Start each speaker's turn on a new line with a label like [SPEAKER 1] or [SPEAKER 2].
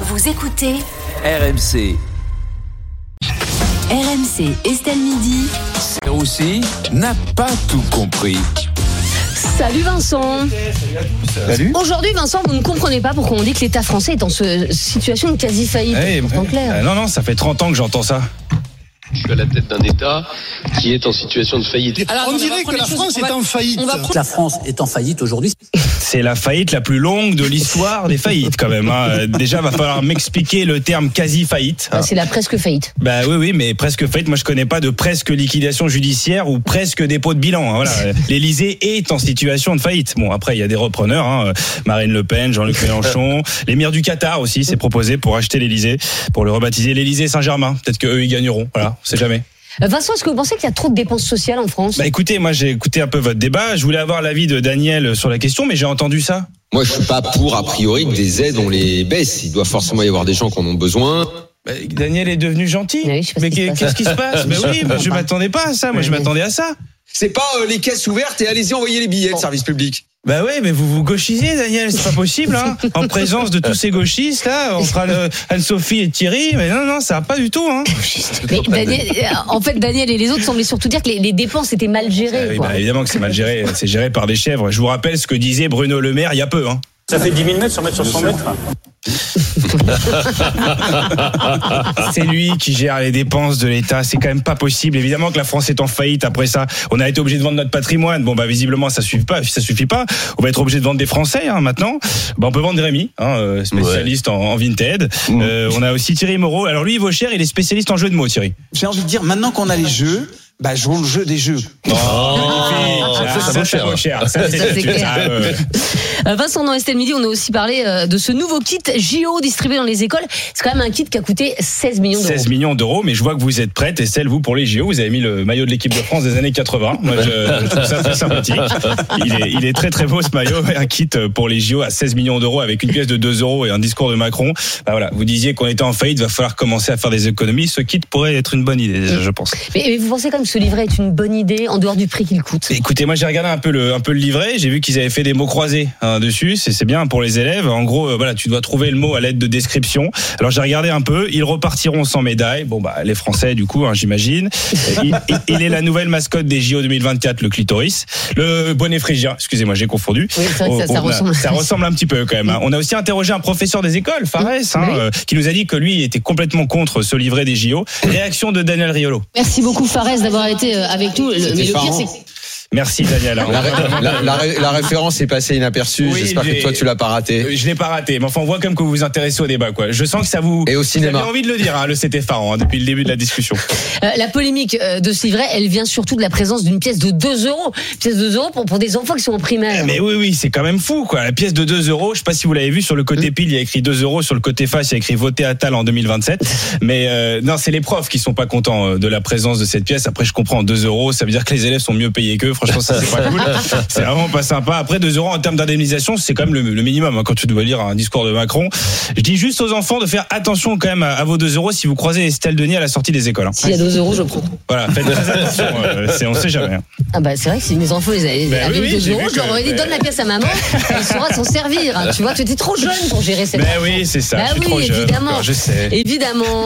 [SPEAKER 1] Vous écoutez
[SPEAKER 2] RMC.
[SPEAKER 1] RMC Estelle Midi.
[SPEAKER 2] Et aussi n'a pas tout compris.
[SPEAKER 3] Salut Vincent.
[SPEAKER 4] Salut.
[SPEAKER 3] Aujourd'hui Vincent, vous ne comprenez pas pourquoi on dit que l'État français est en ce- situation de quasi faillite.
[SPEAKER 4] Eh,
[SPEAKER 3] pourtant
[SPEAKER 4] eh,
[SPEAKER 3] clair.
[SPEAKER 4] euh, non, non, ça fait 30 ans que j'entends ça.
[SPEAKER 5] Je suis à la tête d'un État qui est en situation de faillite.
[SPEAKER 6] on dirait que la France est en faillite.
[SPEAKER 7] La France est en faillite aujourd'hui.
[SPEAKER 4] C'est la faillite la plus longue de l'histoire des faillites, quand même. hein. Euh, Déjà, va falloir m'expliquer le terme quasi faillite.
[SPEAKER 3] Bah, c'est la presque faillite.
[SPEAKER 4] Bah oui, oui, mais presque faillite. Moi, je connais pas de presque liquidation judiciaire ou presque dépôt de bilan. hein, Voilà. L'Élysée est en situation de faillite. Bon, après, il y a des repreneurs. hein. Marine Le Pen, Jean-Luc Mélenchon, l'émir du Qatar aussi s'est proposé pour acheter l'Élysée, pour le rebaptiser l'Élysée Saint-Germain. Peut-être que eux, ils gagneront. Voilà, on sait jamais.
[SPEAKER 3] Euh, Vincent, est-ce que vous pensez qu'il y a trop de dépenses sociales en France
[SPEAKER 4] Bah écoutez, moi j'ai écouté un peu votre débat. Je voulais avoir l'avis de Daniel sur la question, mais j'ai entendu ça.
[SPEAKER 8] Moi, je suis pas pour, a priori, que des aides, on les baisse. Il doit forcément y avoir des gens qui en ont besoin.
[SPEAKER 4] Bah, Daniel est devenu gentil.
[SPEAKER 3] Oui, je sais pas
[SPEAKER 4] mais
[SPEAKER 3] ce qui se
[SPEAKER 4] qu'est-
[SPEAKER 3] passe.
[SPEAKER 4] qu'est-ce qui se passe Mais oui, bah, je m'attendais pas à ça. Moi, je m'attendais à ça.
[SPEAKER 8] C'est pas euh, les caisses ouvertes et allez-y envoyer les billets de service public.
[SPEAKER 4] Bah ouais, mais vous vous gauchisez, Daniel. C'est pas possible. Hein. En présence de tous ces gauchistes là, on fera le Anne-Sophie et Thierry. Mais non, non, ça va pas du tout. Hein.
[SPEAKER 3] Mais Daniel- euh, En fait, Daniel et les autres semblaient surtout dire que les, les dépenses étaient mal
[SPEAKER 4] Ah
[SPEAKER 3] gérées.
[SPEAKER 4] oui,
[SPEAKER 3] quoi.
[SPEAKER 4] bah, évidemment que c'est mal géré. C'est géré par des chèvres. Je vous rappelle ce que disait Bruno Le Maire il y a peu. Hein.
[SPEAKER 9] Ça fait 10 000 mètres, 100 mètres sur 100 mètres.
[SPEAKER 4] C'est lui qui gère les dépenses de l'État. C'est quand même pas possible. Évidemment que la France est en faillite après ça. On a été obligé de vendre notre patrimoine. Bon, bah, visiblement, ça suffit pas. Ça suffit pas. On va être obligé de vendre des Français, hein, maintenant. Bah, on peut vendre Rémi, hein, euh, spécialiste en, en Vinted. Euh, on a aussi Thierry Moreau. Alors, lui, il vaut cher. Il est spécialiste en jeu de mots, Thierry.
[SPEAKER 10] J'ai envie de dire, maintenant qu'on a les jeux, bah, jouons le jeu des jeux.
[SPEAKER 4] Ah,
[SPEAKER 5] ça, ça vaut cher.
[SPEAKER 4] cher. Ça, c'est
[SPEAKER 3] Ça, c'est
[SPEAKER 4] ça,
[SPEAKER 3] clair.
[SPEAKER 4] euh,
[SPEAKER 3] Euh, Vincent, dans Estelle Midi, on a aussi parlé euh, de ce nouveau kit JO distribué dans les écoles. C'est quand même un kit qui a coûté 16 millions d'euros.
[SPEAKER 4] 16 millions d'euros, mais je vois que vous êtes prête. Et celle, vous, pour les JO, vous avez mis le maillot de l'équipe de France des années 80. Moi, je, je trouve ça très sympathique. Il est, il est très, très beau, ce maillot. Un kit pour les JO à 16 millions d'euros avec une pièce de 2 euros et un discours de Macron. Bah voilà, vous disiez qu'on était en faillite, va falloir commencer à faire des économies. Ce kit pourrait être une bonne idée, je pense.
[SPEAKER 3] Mais, mais vous pensez quand même que ce livret est une bonne idée en dehors du prix qu'il coûte
[SPEAKER 4] Écoutez, moi j'ai regardé un peu le un peu le livret, j'ai vu qu'ils avaient fait des mots croisés hein, dessus, c'est c'est bien pour les élèves. En gros, euh, voilà, tu dois trouver le mot à l'aide de description. Alors j'ai regardé un peu, ils repartiront sans médaille. Bon bah les Français du coup, hein, j'imagine. Euh, il, il- il est la nouvelle mascotte des JO 2024, le clitoris, le bonnet phrygien. Excusez-moi, j'ai confondu.
[SPEAKER 3] Oui, c'est vrai que ça- ça
[SPEAKER 4] On- on a-
[SPEAKER 3] ressemble.
[SPEAKER 4] ça ressemble un petit peu quand même. hein. On a aussi interrogé un professeur des écoles, Fares, hein,
[SPEAKER 3] Oui.
[SPEAKER 4] euh, qui nous a dit que lui il était complètement contre ce livret des JO. Réaction de Daniel Riolo.
[SPEAKER 3] Merci beaucoup Fares d'avoir été euh, avec nous. Le-
[SPEAKER 8] C'était
[SPEAKER 3] mais le pire,
[SPEAKER 8] Farhan.
[SPEAKER 3] c'est que
[SPEAKER 4] Merci Daniel. hein.
[SPEAKER 8] La, ré- la- la ré- la référence est passée inaperçue.
[SPEAKER 4] Oui,
[SPEAKER 8] J'espère
[SPEAKER 4] j'ai-
[SPEAKER 8] que toi, tu l'as pas
[SPEAKER 4] Euh,
[SPEAKER 8] raté.
[SPEAKER 4] Je l'ai pas raté, mais enfin on voit quand même que vous vous intéressez au débat quoi. Je sens que ça vous
[SPEAKER 8] Et au
[SPEAKER 4] J'avais
[SPEAKER 8] cinéma.
[SPEAKER 4] envie de le dire, hein, le c'était Farhan, hein, depuis le début de la discussion.
[SPEAKER 3] Euh, la polémique euh, de ce livret, elle vient surtout de la présence d'une pièce de 2 euros. Pièce de 2 euros pour, pour des enfants qui sont en primaire.
[SPEAKER 4] Mais oui, oui, c'est quand même fou, quoi. La pièce de 2 euros, je sais pas si vous l'avez vu, sur le
[SPEAKER 3] Hein
[SPEAKER 4] côté pile, il y a écrit 2 euros, sur le côté face, il y a écrit voter Attal en 2027. Mais euh, non, c'est les profs qui sont pas contents euh, de la présence de cette pièce. Après, je comprends, 2 euros, ça veut dire que les élèves sont mieux payés qu'eux. Franchement, ça, c'est pas cool. C'est vraiment pas sympa. Après, 2 euros en termes d'indemnisation, c'est quand même le, le minimum hein, quand tu dois lire un discours de Macron. Je dis juste aux enfants de faire attention quand même à, à vos 2 euros si vous croisez Estelle Denis à la sortie des écoles. hein.
[SPEAKER 3] S'il y a 2 euros, je prends.
[SPEAKER 4] Voilà, faites très attention, euh, c'est- on sait jamais. hein.
[SPEAKER 3] Ah bah c'est vrai que si mes enfants ils avaient,
[SPEAKER 4] Bah
[SPEAKER 3] avaient
[SPEAKER 4] oui,
[SPEAKER 3] eu 2
[SPEAKER 4] j'ai
[SPEAKER 3] euros,
[SPEAKER 4] vu
[SPEAKER 3] je leur
[SPEAKER 4] que-
[SPEAKER 3] aurais dit
[SPEAKER 4] bah-
[SPEAKER 3] donne la pièce à maman, elle saura s'en servir. Tu vois, tu étais trop jeune pour gérer cette.
[SPEAKER 4] Mais oui, c'est ça,
[SPEAKER 3] Bah
[SPEAKER 4] je suis
[SPEAKER 3] oui,
[SPEAKER 4] trop jeune
[SPEAKER 3] évidemment.
[SPEAKER 4] encore, je sais.
[SPEAKER 3] Évidemment.